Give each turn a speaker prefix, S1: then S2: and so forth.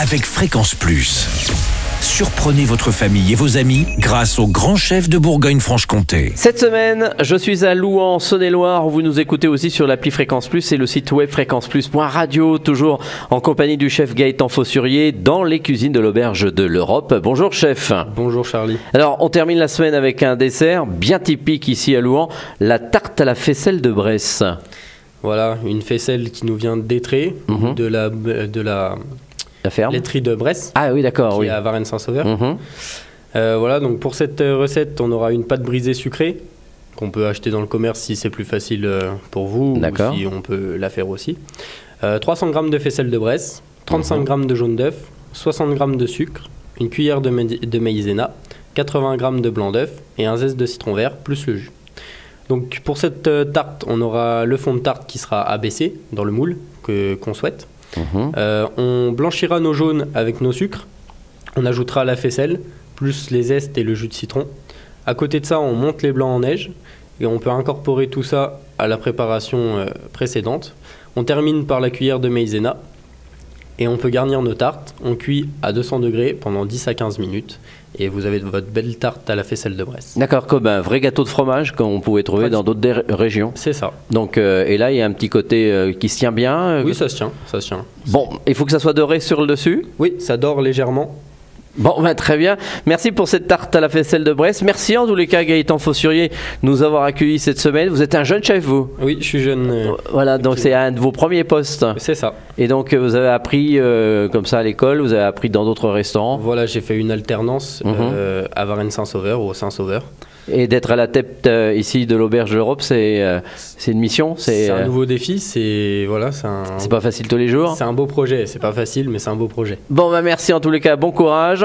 S1: avec Fréquence Plus. Surprenez votre famille et vos amis grâce au grand chef de Bourgogne-Franche-Comté.
S2: Cette semaine, je suis à Louan, en Saône-et-Loire. où Vous nous écoutez aussi sur l'appli Fréquence Plus et le site web fréquenceplus.radio, toujours en compagnie du chef Gaëtan Fossurier dans les cuisines de l'Auberge de l'Europe. Bonjour chef.
S3: Bonjour Charlie.
S2: Alors, on termine la semaine avec un dessert bien typique ici à Louan, la tarte à la faisselle de Bresse.
S3: Voilà, une faisselle qui nous vient d'Étré,
S2: Mhm.
S3: de la, de la
S2: La ferme
S3: laiterie de Bresse,
S2: Ah oui, d'accord,
S3: qui
S2: oui.
S3: est à Varennes-Saint-Sauveur.
S2: Mhm.
S3: Euh, voilà, donc pour cette euh, recette, on aura une pâte brisée sucrée qu'on peut acheter dans le commerce si c'est plus facile euh, pour vous,
S2: D'accord.
S3: ou si on peut la faire aussi. Euh, 300 g de faisselle de Bresse, 35 g de jaune d'œuf, 60 g de sucre, une cuillère de, maï- de maïzena, 80 g de blanc d'œuf et un zeste de citron vert, plus le jus. Donc pour cette euh, tarte, on aura le fond de tarte qui sera abaissé dans le moule que- qu'on souhaite.
S2: Mhm.
S3: Euh, on blanchira nos jaunes avec nos sucres. On ajoutera la faisselle, plus les zestes et le jus de citron. À côté de ça, on monte les blancs en neige et on peut incorporer tout ça à la préparation euh, précédente. On termine par la cuillère de maïzena et on peut garnir nos tartes. On cuit à 200 degrés pendant 10 à 15 minutes et vous avez votre belle tarte à la faisselle de Bresse.
S2: D'accord, comme un vrai gâteau de fromage qu'on pouvait trouver dans d'autres dé- régions.
S3: C'est ça.
S2: Donc, euh, et là, il y a un petit côté euh, qui se tient bien. euh,
S3: Oui, ça se tient, ça se tient.
S2: Bon, il faut que ça soit doré sur le dessus.
S3: Oui, ça dort légèrement.
S2: Bon, bah, très bien. Merci pour cette tarte à la faisselle de Bresse. Merci en tous les cas, Gaëtan Fossurier, de nous avoir accueillis cette semaine. Vous êtes un jeune chef, vous
S3: Oui, je suis jeune. euh,
S2: Voilà, donc c'est un de vos premiers postes.
S3: C'est ça.
S2: Et donc, euh, vous avez appris euh, comme ça à l'école, vous avez appris dans d'autres restaurants.
S3: Voilà, j'ai fait une alternance
S2: Mhm.
S3: euh, à Varennes-Saint-Sauveur, au Saint-Sauveur.
S2: Et d'être à la tête euh, ici de l'Auberge d'Europe, c'est euh, c'est une mission.
S3: C'est
S2: C'est
S3: un
S2: euh,
S3: nouveau défi, c'est voilà, c'est un,
S2: c'est pas hein. facile tous les jours.
S3: c'est un beau projet. C'est pas facile, mais c'est un beau projet.
S2: Bon, bah merci en tous les cas, bon courage.